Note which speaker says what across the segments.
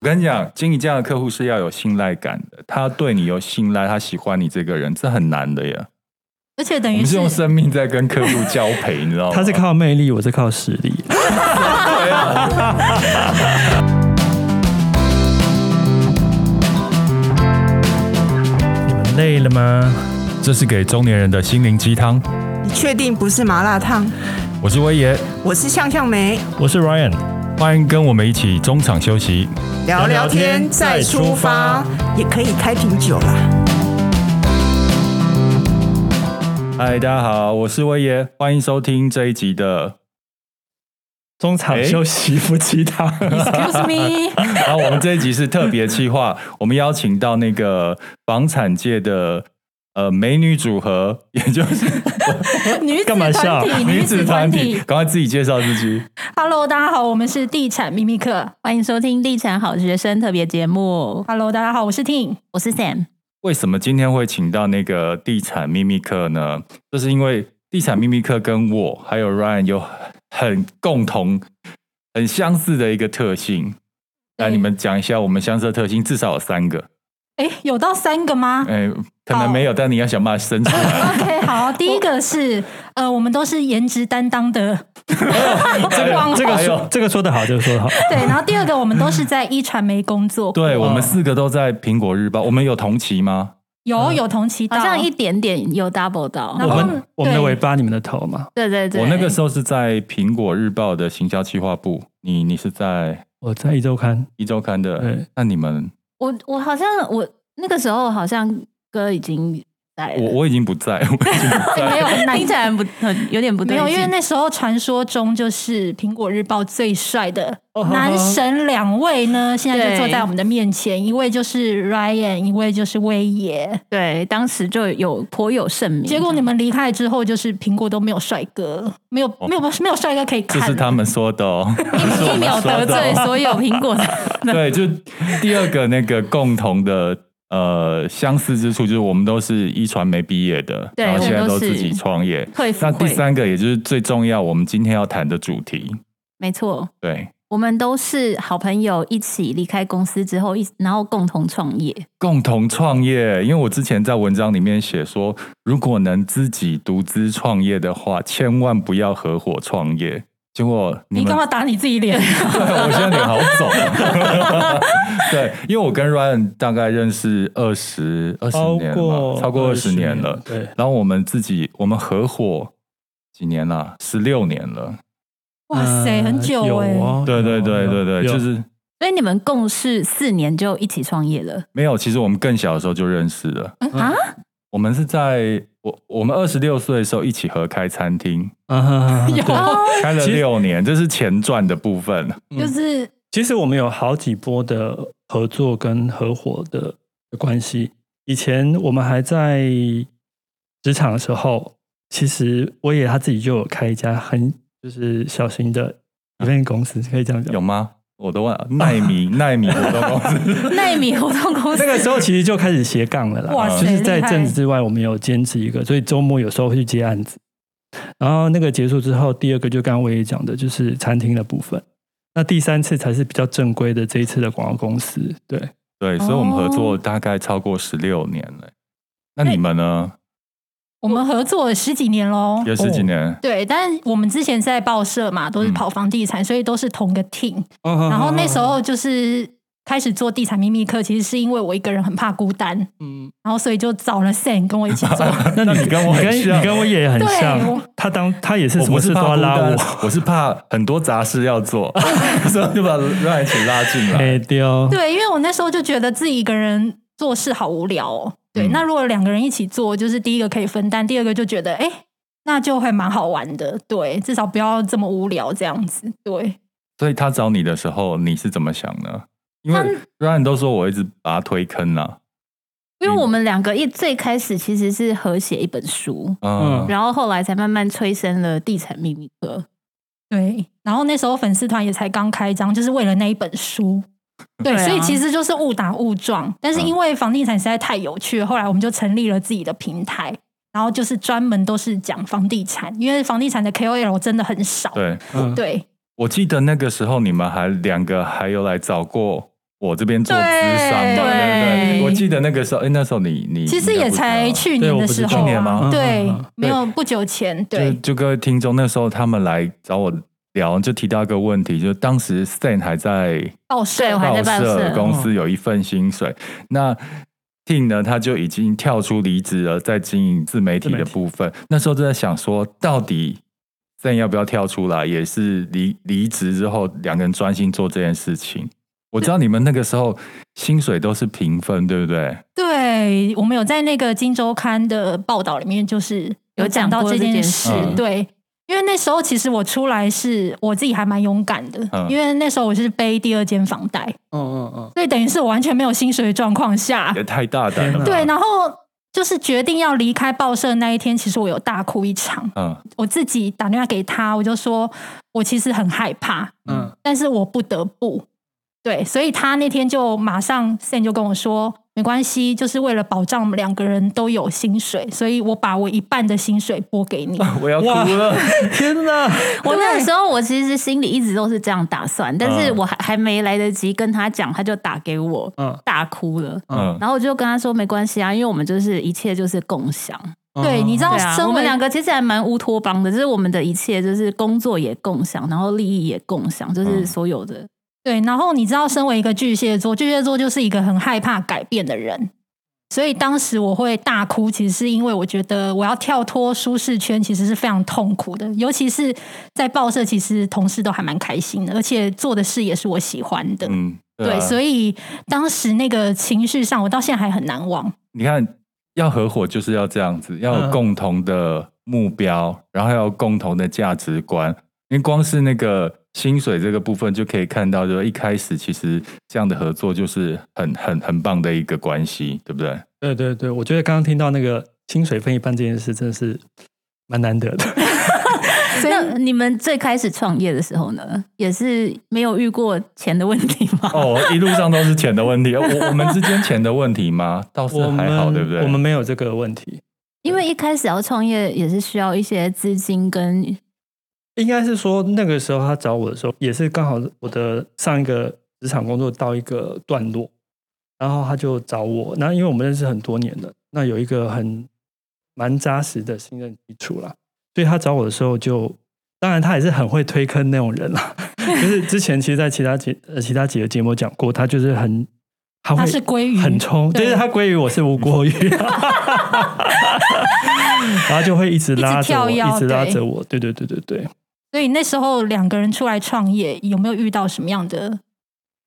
Speaker 1: 跟你讲，经营这样的客户是要有信赖感的，他对你有信赖，他喜欢你这个人，这很难的呀。
Speaker 2: 而且
Speaker 1: 我
Speaker 2: 等于
Speaker 1: 们是
Speaker 2: 是
Speaker 1: 用生命在跟客户交陪，你知道吗？
Speaker 3: 他是靠魅力，我是靠实 力。你们累了吗？
Speaker 1: 这是给中年人的心灵鸡汤。
Speaker 4: 你确定不是麻辣烫？
Speaker 1: 我是威爷，
Speaker 4: 我是向向梅，
Speaker 3: 我是 Ryan，
Speaker 1: 欢迎跟我们一起中场休息。
Speaker 4: 聊聊天再出发，也可以开瓶酒啦。
Speaker 1: 嗨，大家好，我是威爷，欢迎收听这一集的。
Speaker 3: 中
Speaker 1: 哎
Speaker 3: 场休息夫 妻档。
Speaker 2: Excuse me，
Speaker 1: 然啊后我们这一集是特别企划， 我们邀请到那个房产界的呃美女组合，也就是
Speaker 2: 女子
Speaker 3: 干嘛笑
Speaker 2: 团体，
Speaker 1: 女
Speaker 2: 女
Speaker 1: 子
Speaker 2: 子
Speaker 1: 团
Speaker 2: 团
Speaker 1: 体，
Speaker 2: 体。
Speaker 1: 赶快自己介绍自己。
Speaker 2: Hello，大家好，我们是地产秘密课，欢迎收听地产好学生特别节目。Hello，大家好，我是 Ting，我是 Sam。
Speaker 1: 为什么今天会请到那个地产秘密课呢？这是因为地产秘密课跟我还有 Ryan 有很共同、很相似的一个特性。那
Speaker 2: 对
Speaker 1: 你们讲一下我们相似的特性，至少有三个。
Speaker 2: 哎，有到三个吗？
Speaker 1: 哎，可能
Speaker 2: 好
Speaker 1: 没有，但你要想办法生出来。
Speaker 2: OK，好，哦第一个是呃，我们都是颜值担当的网
Speaker 3: 这
Speaker 2: 红，
Speaker 3: 个
Speaker 1: 哎
Speaker 3: 说
Speaker 1: 呦
Speaker 3: 这个说的好，这个说的好。
Speaker 2: 对。然后第二个，我们都是在一传媒工作，
Speaker 1: 对我们四个都在苹果日报，我们有同期吗？
Speaker 2: 有有同期到，
Speaker 5: 好像一点点有 double 到。
Speaker 2: 然
Speaker 3: 我
Speaker 2: 后
Speaker 3: 们我们的
Speaker 2: 对
Speaker 3: 尾巴，你们的头嘛。
Speaker 5: 对对对，
Speaker 1: 我那个时候是在苹果日报的行销企划部，你你是在
Speaker 3: 我在一周刊，
Speaker 1: 一周刊的
Speaker 3: 对。
Speaker 1: 那你们，
Speaker 5: 我我好像我那个时候好像歌已经在了
Speaker 1: 我我已经不在，我 已经不在
Speaker 2: 没有很难
Speaker 5: 听起来很不很有点不对
Speaker 2: 没
Speaker 5: 劲，
Speaker 2: 有，因为那时候传说中就是苹果日报最帅的
Speaker 3: 哦好好
Speaker 2: 男神两位呢，现在就
Speaker 5: 对
Speaker 2: 坐在我们的面前，一位就是 Ryan，一位就是威爷。
Speaker 5: 对当时就有颇有盛名。
Speaker 2: 结果你们离开之后，就是苹果都没有帅哥，没有没有没有帅哥可以
Speaker 1: 这
Speaker 2: 看。
Speaker 1: 哦是他们说的哦。
Speaker 5: 一秒得罪所有苹果的，
Speaker 1: 对，就第二个那个共同的呃相似之处，就是我们都是一传媒毕业的，
Speaker 5: 对
Speaker 1: 然后现在
Speaker 5: 我们
Speaker 1: 都
Speaker 5: 都是
Speaker 1: 自己创业。
Speaker 5: 退服
Speaker 1: 那第
Speaker 5: 会，
Speaker 1: 三个，也就是最重要，我们今天要谈的主题，
Speaker 5: 没错，
Speaker 1: 对，
Speaker 5: 我们都是好朋友，一起离开公司之后，一然后共同创业。
Speaker 1: 共同创业。因为我之前在文章里面写说，如果能自己独资创业的话，千万不要合伙创业。结果你
Speaker 2: 你
Speaker 1: 们
Speaker 2: 干嘛打你自己
Speaker 1: 对，
Speaker 2: 脸？
Speaker 1: 我现在脸好肿、啊。 对，因为我跟 Ryan 大概认识二十二十
Speaker 3: 超
Speaker 1: 年了
Speaker 3: 过
Speaker 1: 吧，超过二十年了。
Speaker 3: 对，
Speaker 1: 然后我们自己我们合伙几年啦？十六年了。
Speaker 2: 哇塞，
Speaker 1: 嗯
Speaker 3: 呃
Speaker 2: 很久
Speaker 3: 有
Speaker 2: 哎、
Speaker 1: 欸
Speaker 3: 哦
Speaker 1: 对对对
Speaker 3: 有
Speaker 1: 对对，
Speaker 3: 有
Speaker 1: 就是
Speaker 5: 所以你们共事四年就一起创业了，
Speaker 1: 没有。其实我们更小的时候就认识了
Speaker 5: 啊。
Speaker 1: 我们是在我我们二十六岁的时候一起合开餐厅，
Speaker 3: 啊哈哈哈对
Speaker 1: 开了
Speaker 3: 其实
Speaker 1: 六年，这是前传的部分。
Speaker 2: 就是
Speaker 3: 其实我们有好几波的合作跟合伙的关系。以前我们还在职场的时候，其实我也他自己就有开一家很就是小型的有限公司，可以这样讲
Speaker 1: 有。吗？我都忘了，奈米奈米活动公司。
Speaker 5: 奈米活动公司
Speaker 3: 那个时候其实就开始斜杠了啦，
Speaker 2: 哇塞
Speaker 3: 就是在
Speaker 2: 厉害
Speaker 3: 正职之外，我们有兼职一个，所以周末有时候会去接案子。然后那个结束之后，第二个就刚刚我也讲的，就是餐厅的部分。那第三次才是比较正规的这一次的广告公司，对。
Speaker 1: 对，所以我们合作
Speaker 5: 哦
Speaker 1: 大概超过十六年了、那你们呢？
Speaker 2: 我们合作了十几年喽。
Speaker 1: 也
Speaker 3: 哦
Speaker 1: 十几年？
Speaker 2: 对，但是我们之前在报社嘛，都是
Speaker 1: 嗯
Speaker 2: 跑房地产，所以都是同个 team。然
Speaker 3: 然
Speaker 2: 后那时，候就是开始做地产秘密课，其实是因为我一个人很怕孤单，
Speaker 3: 嗯，
Speaker 2: 然后所以就找了 Sam 跟我一起 做。
Speaker 3: 那
Speaker 1: 那
Speaker 3: 你
Speaker 1: 你跟我
Speaker 3: 你
Speaker 1: 很
Speaker 3: 跟
Speaker 1: 像
Speaker 3: 你跟我也很
Speaker 2: 对
Speaker 3: 像
Speaker 2: 我，
Speaker 3: 他当他也是
Speaker 1: 我
Speaker 3: 什
Speaker 1: 不
Speaker 3: 么事
Speaker 1: 是
Speaker 3: 都
Speaker 1: 怕
Speaker 3: 要拉
Speaker 1: 孤单
Speaker 3: 我，
Speaker 1: 我是怕很多杂事要做， 所以就把 Ryan 一起拉进 来。
Speaker 3: 哎丢，
Speaker 2: 对，因为我那时候就觉得自己一个人做事好无聊哦。对，
Speaker 1: 嗯
Speaker 2: 那如果两个人一起做，就是第一个可以分担，第二个就觉得哎，那就会蛮好玩的。对，至少不要这么无聊这样子。对，
Speaker 1: 所以他找你的时候，你是怎么想呢？因为 Ryan 都说我一直把他推坑啊了、
Speaker 5: 因为我们两个一最开始其实是合写一本书，
Speaker 1: 嗯，
Speaker 5: 然后后来才慢慢催生了地产秘密课。
Speaker 2: 对。然后那时候粉丝团也才刚开张，就是为了那一本书。
Speaker 3: 嗯
Speaker 2: 对，
Speaker 5: 对啊
Speaker 2: 所以其实就是误打误撞，但是因为房地产实在太有趣了，后来我们就成立了自己的平台，然后就是专门都是讲房地产，因为房地产的 KOL 真的很少。
Speaker 1: 对，
Speaker 3: 嗯，
Speaker 2: 对
Speaker 1: 我记得那个时候你们还两个还有来找过我这边做
Speaker 2: 对
Speaker 1: 咨商嘛，对不
Speaker 5: 对
Speaker 1: 对？我记得那个时候，哎，那时候你你
Speaker 2: 其实
Speaker 1: 应该
Speaker 2: 也
Speaker 1: 不知道
Speaker 2: 才去
Speaker 3: 对
Speaker 2: 年
Speaker 3: 我
Speaker 2: 的
Speaker 3: 不知
Speaker 2: 时
Speaker 3: 道
Speaker 2: 候、啊，
Speaker 1: 去年吗
Speaker 2: 对
Speaker 3: 嗯嗯嗯，
Speaker 2: 没有不久前，
Speaker 1: 就
Speaker 2: 对，
Speaker 1: 就各位听众那时候他们来找我聊，就提到一个问题，就当时 Stan 还在
Speaker 2: 报
Speaker 5: 对
Speaker 2: 社
Speaker 5: 我还在哦报社
Speaker 1: 社公司有一份薪水，那 Ting 呢他就已经跳出离职了，在经营自媒体
Speaker 3: 自媒
Speaker 1: 的
Speaker 3: 体
Speaker 1: 部分。那时候就在想说，到底 Stan 要不要跳出来，也是离离职之后两个人专心做这件事情。我知道你们那个时候薪水都是平分，对不
Speaker 5: 啊
Speaker 1: 对？
Speaker 2: 对，我们有在那个《金周刊》的报道里面，就是
Speaker 5: 有讲
Speaker 2: 讲到
Speaker 5: 过
Speaker 2: 这
Speaker 5: 这
Speaker 2: 件
Speaker 5: 件
Speaker 2: 事。
Speaker 5: 事
Speaker 1: 嗯
Speaker 2: 对，因为那时候其实我出来是我自己还蛮勇敢的，
Speaker 1: 嗯
Speaker 2: 因为那时候我是背第二间房贷，
Speaker 3: 嗯嗯
Speaker 2: 所以等于是我完全没有薪水的状况下，
Speaker 1: 也太大胆了吧。
Speaker 2: 对，然后就是决定要离开报社那一天，其实我有大哭一场。
Speaker 1: 嗯，
Speaker 2: 我自己打电话给他，我就说我其实很害怕，
Speaker 3: 嗯
Speaker 2: 但是我不得不对，所以他那天就马上 Sam 就跟我说，没关系，就是为了保障我们两个人都有薪水，所以我把我一半的薪水拨给你。
Speaker 1: 我要哭
Speaker 3: 哇
Speaker 1: 了。
Speaker 3: 嗯，天哪！
Speaker 5: 我那个时候，我其实心里一直都是这样打算，但是
Speaker 1: 嗯
Speaker 5: 我还还没来得及跟他讲，他就打给我，
Speaker 3: 嗯
Speaker 5: 大哭了。
Speaker 1: 嗯，
Speaker 5: 然后我就跟他说没关系啊，因为我们就是一切就是共享，
Speaker 2: 对，哎你知道
Speaker 5: 对，啊，
Speaker 2: 身
Speaker 5: 我
Speaker 2: 为
Speaker 5: 们两个其实还蛮乌托邦的，就是我们的一切就是工作也共享，然后利益也共享，就是
Speaker 1: 嗯
Speaker 5: 所有的。
Speaker 2: 对，然后你知道，身为一个巨蟹座，巨蟹座就是一个很害怕改变的人，所以当时我会大哭，其实是因为我觉得我要跳脱舒适圈，其实是非常痛苦的，尤其是在报社，其实同事都还蛮开心的，而且做的事也是我喜欢的。
Speaker 1: 嗯，
Speaker 3: 啊
Speaker 2: 对，
Speaker 1: 以
Speaker 2: 所以当时那个情绪上，我到现在还很难忘。
Speaker 1: 你看，要合伙就是要这样子，要有
Speaker 3: 嗯
Speaker 1: 共同的目标，然后要有共同的价值观。因为光是那个薪水这个部分就可以看到，就是一开始其实这样的合作就是很很很棒的一个关系，对不对？
Speaker 3: 对对对，我觉得刚刚听到那个薪水分一半这件事，真的是蛮难得的。
Speaker 5: 所以你们最开始创业的时候呢，也是没有遇过钱的问题吗？
Speaker 1: 哦，一路上都是钱的问题，哦我我们之间钱的问题吗？倒是
Speaker 3: 我们
Speaker 1: 还好，对不对？
Speaker 3: 我们没有这个问题，
Speaker 5: 因为一开始要创业也是需要一些资金跟
Speaker 3: 应该是说那个时候他找我的时候，也是刚好我的上一个职场工作到一个段落，然后他就找我。那因为我们认识很多年了，那有一个很蛮扎实的信任基础啦，所以他找我的时候就，当然他也是很会推坑那种人啦。 就是之前其实，在其他节呃其他几个节目讲过，他就是很他会
Speaker 2: 他是鲑鱼，
Speaker 3: 很冲，就
Speaker 2: 对
Speaker 3: 是他鲑鱼，我是无国 语，然后就会一直拉
Speaker 2: 一直
Speaker 3: 着
Speaker 2: 跳
Speaker 3: 我，
Speaker 2: 跃
Speaker 3: 一直拉
Speaker 2: 对
Speaker 3: 着我，对对对对对。
Speaker 2: 所以那时候两个人出来创业，有没有遇到什么样的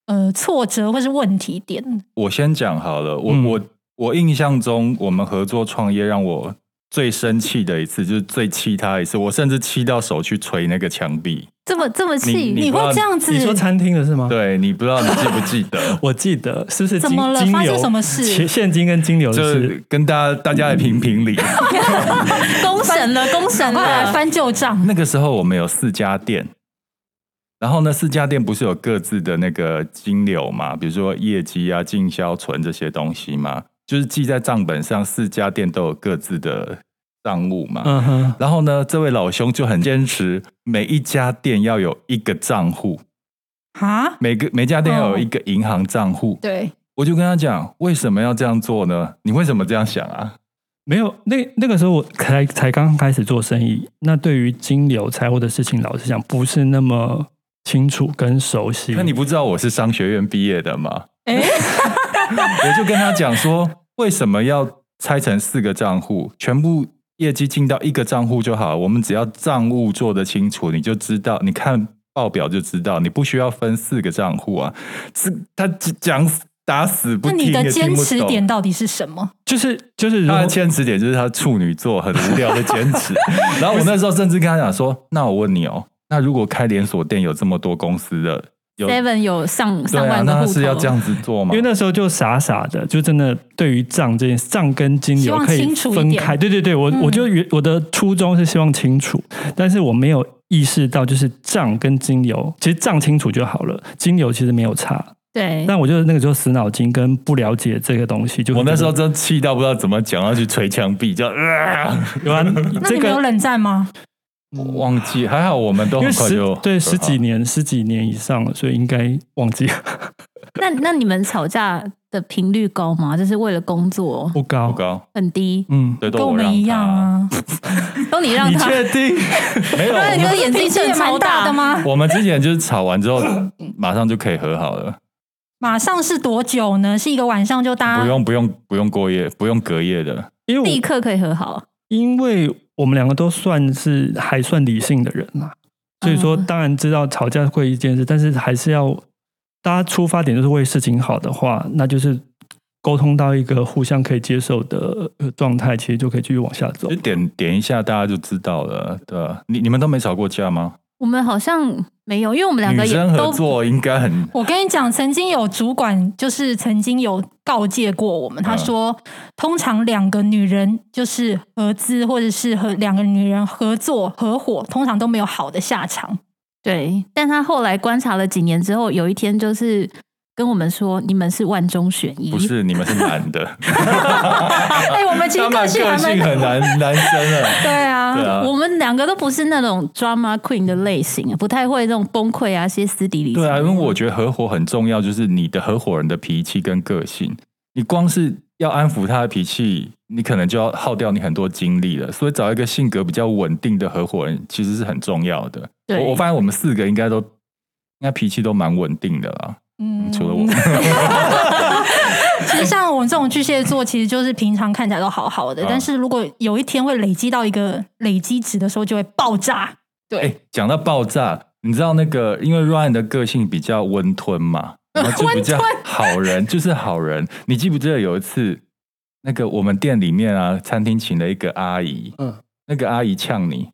Speaker 2: 呃挫折或是问题点？
Speaker 1: 我先讲好了，我、
Speaker 3: 嗯
Speaker 1: 我我印象中，我们合作创业让我最生气的一次，就是最气他一次，我甚至气到手去捶那个墙壁。
Speaker 5: 这么这么
Speaker 1: 你
Speaker 5: 细
Speaker 2: 你
Speaker 1: 不知道
Speaker 2: 会这样子？
Speaker 3: 你说餐厅的是吗？，
Speaker 1: 对你不知道你记不记
Speaker 3: ？
Speaker 1: 得
Speaker 3: 我记得是不是金
Speaker 2: 怎么了
Speaker 3: 金
Speaker 2: 发生
Speaker 3: 流
Speaker 2: 什么事
Speaker 3: 钱现金跟金流的
Speaker 1: 就
Speaker 3: 事，
Speaker 1: 是跟大家大家来评评理。
Speaker 5: 公审 了，公审
Speaker 2: 快来
Speaker 5: 了，
Speaker 1: 啊
Speaker 2: 翻旧 账。
Speaker 1: 那个时候我们有四家店，然后呢，四家店不是有各自的那个金流嘛，比如说业绩啊、进销存这些东西嘛，就是记在账本上，四家店都有各自的账务嘛。
Speaker 3: 嗯哼，
Speaker 1: 然后呢，这位老兄就很坚持，每一家店要有一个账户，
Speaker 2: 啊，
Speaker 1: 每个每家店要有一个银行账户。
Speaker 2: 对，
Speaker 1: 我就跟他讲，为什么要这样做呢？你为什么这样想啊？
Speaker 3: 没有那那个时候我才才刚开始做生意，那对于金流财务的事情，老实讲不是那么清楚跟熟悉。
Speaker 1: 那你不知道我是商学院毕业的吗？
Speaker 2: 哎，
Speaker 1: 我就跟他讲说，为什么要拆成四个账户，全部业绩进到一个账户就好了。我们只要账务做得清楚，你就知道，你看报表就知道，你不需要分四个账户啊。是他讲打死不
Speaker 2: 那
Speaker 1: 听，
Speaker 2: 你的
Speaker 1: 也听
Speaker 2: 坚
Speaker 1: 不
Speaker 2: 持
Speaker 1: 懂
Speaker 2: 点到底是什么？
Speaker 3: 就是就是如
Speaker 1: 他
Speaker 3: 果
Speaker 1: 的坚持点就是他处女座很无聊的坚 持。然后我那时候甚至跟他讲说：“那我问你哦，那如果开连锁店有这么多公司的，有
Speaker 5: Seven 有上
Speaker 1: 对
Speaker 5: 上
Speaker 1: 啊，
Speaker 5: 万
Speaker 1: 那他
Speaker 5: 个户头，
Speaker 1: 是要这样子做吗？
Speaker 3: 因为那时候就傻傻的，就真的对于账这件事，账跟金流可
Speaker 2: 希
Speaker 3: 以
Speaker 2: 望清楚一
Speaker 3: 分
Speaker 2: 点
Speaker 3: 开。对对对，我、
Speaker 2: 嗯
Speaker 3: 我就原我的初衷是希望清楚，但是我没有意识到，就是账跟金流，其实账清楚就好了，金流其实没有差。
Speaker 5: 对，
Speaker 3: 但我就是那个时候死脑筋，跟不了解这个东西，就
Speaker 1: 我那时候
Speaker 3: 觉
Speaker 1: 真气到不知道怎么讲，要去捶墙壁，就啊，
Speaker 3: 得有啊，
Speaker 2: 那
Speaker 3: 这
Speaker 2: 你没有
Speaker 3: 个
Speaker 2: 冷战吗？
Speaker 1: 我忘记。还好我们都
Speaker 3: 因为
Speaker 1: 很快
Speaker 3: 十
Speaker 1: 就
Speaker 3: 对十几年十几年以上了，所以应该忘记了。
Speaker 5: 那那你们吵架的频率高吗？就是为了工作
Speaker 3: 不高
Speaker 1: 不，高，
Speaker 5: 很低，
Speaker 3: 嗯，
Speaker 1: 对，
Speaker 2: 跟
Speaker 1: 都
Speaker 2: 我
Speaker 1: 让
Speaker 2: 们
Speaker 1: 他
Speaker 2: 一样，啊。
Speaker 5: 都你让
Speaker 3: 你
Speaker 5: 他，
Speaker 3: 确 定？
Speaker 1: 没有。我
Speaker 5: 那你
Speaker 1: 们
Speaker 5: 的眼睛真
Speaker 2: 也
Speaker 5: 的
Speaker 2: 蛮
Speaker 5: 超
Speaker 2: 大的？吗？
Speaker 1: 我们之前就是吵完之后，马上就可以和好了，
Speaker 2: 马上是多久呢？是一个晚上就搭
Speaker 1: 不？用不用不用过夜，不用隔夜的。
Speaker 3: 因为
Speaker 5: 立
Speaker 3: 我
Speaker 5: 刻可以和好。
Speaker 3: 因为我们两个都算是还算理性的人嘛，所以说
Speaker 5: 嗯
Speaker 3: 当然知道吵架会一件事，但是还是要大家出发点就是为事情好的话，那就是沟通到一个互相可以接受的呃状态，其实就可以继续往下走
Speaker 1: 就。点点一下，大家就知道了，对吧？你你们都没吵过架吗？
Speaker 5: 我们好像没有，因为我们两个
Speaker 1: 女
Speaker 5: 也
Speaker 1: 生合
Speaker 5: 都
Speaker 1: 作应该很
Speaker 2: 我跟你讲，曾经有主管就是曾经有告诫过我们，他说，
Speaker 1: 嗯
Speaker 2: 通常两个女人就是合资或者是和两个女人合作合伙，通常都没有好的下场。
Speaker 5: 对，但他后来观察了几年之后，有一天就是跟我们说，你们是万中选一，
Speaker 1: 不是，你们是男的，
Speaker 5: 哎、我们 其
Speaker 1: 他
Speaker 5: 实
Speaker 1: 们个
Speaker 5: 性
Speaker 1: 性
Speaker 5: 还
Speaker 1: 很
Speaker 5: 蛮
Speaker 1: 男男生啊。
Speaker 5: 对 啊，
Speaker 1: 对啊
Speaker 5: 我们两个都不是那种 drama queen 的类型，啊不太会这种崩溃啊、歇斯底里。
Speaker 1: 对啊，因为
Speaker 5: 嗯
Speaker 1: 我觉得合伙很重要，就是你的合伙人的脾气跟个性。你光是要安抚他的脾气，你可能就要耗掉你很多精力了。所以找一个性格比较稳定的合伙人其实是很重要的。
Speaker 5: 对
Speaker 1: 我我发现我们四个应该都应该脾气都蛮稳定的啦，
Speaker 2: 嗯，
Speaker 1: 除了我。
Speaker 2: 其实像我们这种巨蟹座，其实就是平常看起来都好好的，
Speaker 1: 嗯
Speaker 2: 但是如果有一天会累积到一个累积值的时候，就会爆炸。
Speaker 1: 哎、讲到爆炸，你知道那个，因为 Ryan 的个性比较温吞嘛，然后就比 较 好人，就是好人。你记不记得有一次，那个我们店里面啊，餐厅请了一个阿姨，
Speaker 3: 嗯
Speaker 1: 嗯，那个阿姨呛你，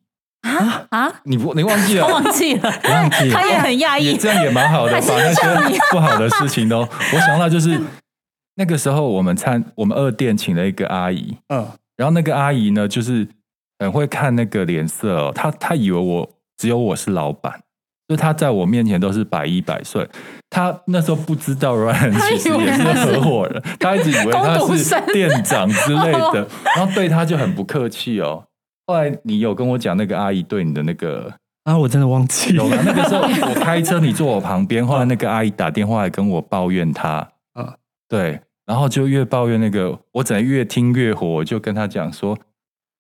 Speaker 5: 啊，
Speaker 1: 你不你忘记 了
Speaker 5: 我？忘记了，
Speaker 3: 忘记
Speaker 5: 他也很讶
Speaker 1: 哦也
Speaker 5: 异，
Speaker 1: 这样也蛮好的，把那些不好的事 情都，我想到就是那个时候我们餐我们二店请了一个阿姨，
Speaker 3: 嗯，
Speaker 1: 然后那个阿姨呢，就是很会看那个脸色哦，她她以为我只有我是老板，所以她在我面前都是百依百顺。她那时候不知道 Ryan 其实也是合伙人，她一直以为他
Speaker 5: 工读
Speaker 1: 是
Speaker 5: 生哦
Speaker 1: 店长之类 的，然后对她就很不客气哦。后来你有跟我讲那个阿姨对你的那个
Speaker 3: 啊，我真的忘记
Speaker 1: 有
Speaker 3: 了
Speaker 1: 了，那个时候我开车，你坐我旁 边，后来那个阿姨打电话来跟我抱怨她，
Speaker 3: 嗯
Speaker 1: 对，然后就越抱怨那个，我只能越听越火，我就跟她讲说，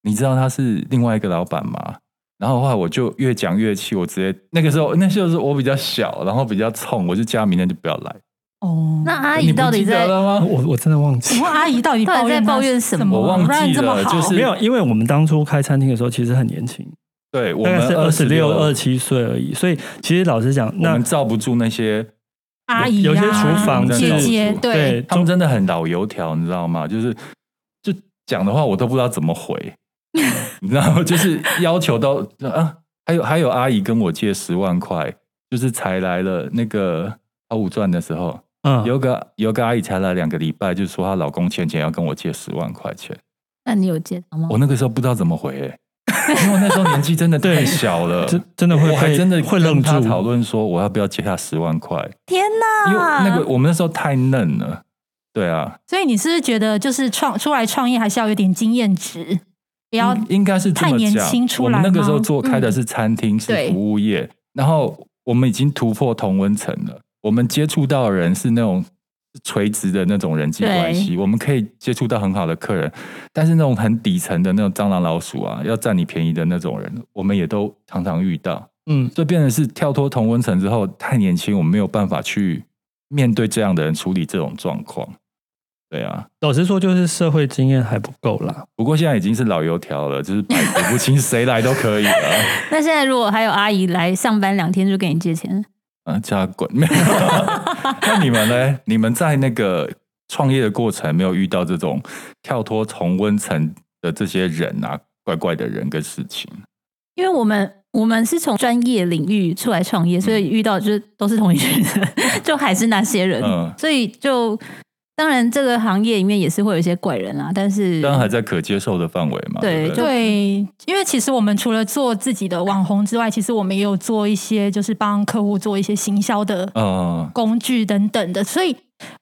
Speaker 1: 你知道他是另外一个老板吗？然后后来我就越讲越气，我直接那个时候那时候是我比较小，然后比较冲，我就叫她明天就不要来。
Speaker 2: 哦，
Speaker 5: 那阿
Speaker 1: 你
Speaker 5: 姨
Speaker 1: 不
Speaker 5: 到底
Speaker 1: 记得
Speaker 5: 在？
Speaker 1: 了吗？
Speaker 3: 我我真的忘记
Speaker 2: 请。问阿姨到底
Speaker 5: 到底在
Speaker 2: 她
Speaker 5: 抱怨什么
Speaker 1: 我忘记了
Speaker 2: Ryan 这么好
Speaker 1: 就是
Speaker 3: 没有，因为我们当初开餐厅的时候其实很年轻，
Speaker 1: 对，我
Speaker 3: 大概
Speaker 1: 们
Speaker 3: 是二十六、二
Speaker 1: 二，
Speaker 3: 七岁而已，所以其实老实讲，
Speaker 1: 我
Speaker 3: 那
Speaker 1: 们罩不住那些，
Speaker 2: 阿姨、啊、
Speaker 3: 有些厨房
Speaker 1: 是
Speaker 2: 姐姐，对，
Speaker 3: 对
Speaker 1: 他们真的很老油条，你知道吗？就是就讲的话，我都不知道怎么回， 你知道吗，就是要求到啊，还有还有阿姨跟我借十万块，就是才来了那个《阿五传》的时候，
Speaker 3: 嗯，
Speaker 1: 有个有个阿姨才来两个礼拜，就说她老公欠钱要跟我借十万块钱，
Speaker 5: 那你有接到吗？
Speaker 1: 我那个时候不知道怎么回、 欸因为我那时候年纪真的太小了，
Speaker 3: 真真的会
Speaker 1: 我还
Speaker 3: 被
Speaker 1: 真的
Speaker 3: 会
Speaker 1: 跟
Speaker 3: 愣
Speaker 1: 她
Speaker 3: 住
Speaker 1: 讨论说我要不要借她十万块，
Speaker 5: 天哪！
Speaker 1: 因为那个我们那时候太嫩了，对啊，
Speaker 2: 所以你是不是觉得就是创出来创业还是要有点经验值，不要
Speaker 1: 应应该是这么
Speaker 2: 太
Speaker 1: 讲
Speaker 2: 年轻出
Speaker 1: 我们
Speaker 2: 来
Speaker 1: 那个
Speaker 2: 吗嗯
Speaker 1: 时候做开的是餐厅，是
Speaker 5: 对
Speaker 1: 服务业，然后我们已经突破同温层了。我们接触到的人是那种垂直的那种人际关系，我们可以接触到很好的客人，但是那种很底层的那种蟑螂老鼠啊，要占你便宜的那种人，我们也都常常遇到。
Speaker 3: 嗯，
Speaker 1: 所以变成是跳脱同温层之后，太年轻，我们没有办法去面对这样的人，处理这种状况。对啊，
Speaker 3: 老实说，就是社会经验还不够啦。
Speaker 1: 不过现在已经是老油条了，就是百毒不侵，谁来都可以了。
Speaker 5: 那现在如果还有阿姨来上班两天就给你借钱，
Speaker 1: 啊，叫他滚！没有 那你们呢？你们在那个创业的过程，没有遇到这种跳脱同温层的这些人啊，怪怪的人跟事情？
Speaker 5: 因为我们我们是从专业领域出来创业，所以遇到就是都是同一群人， 就还是那些人，
Speaker 1: 嗯
Speaker 5: 所以就当然这个行业里面也是会有一些怪人啊，但是
Speaker 1: 当然还在可接受的范围嘛。
Speaker 5: 对
Speaker 1: 对不对，
Speaker 2: 对，因为其实我们除了做自己的网红之外，其实我们也有做一些，就是帮客户做一些行销的
Speaker 1: 嗯，。
Speaker 2: 工具等等的，所以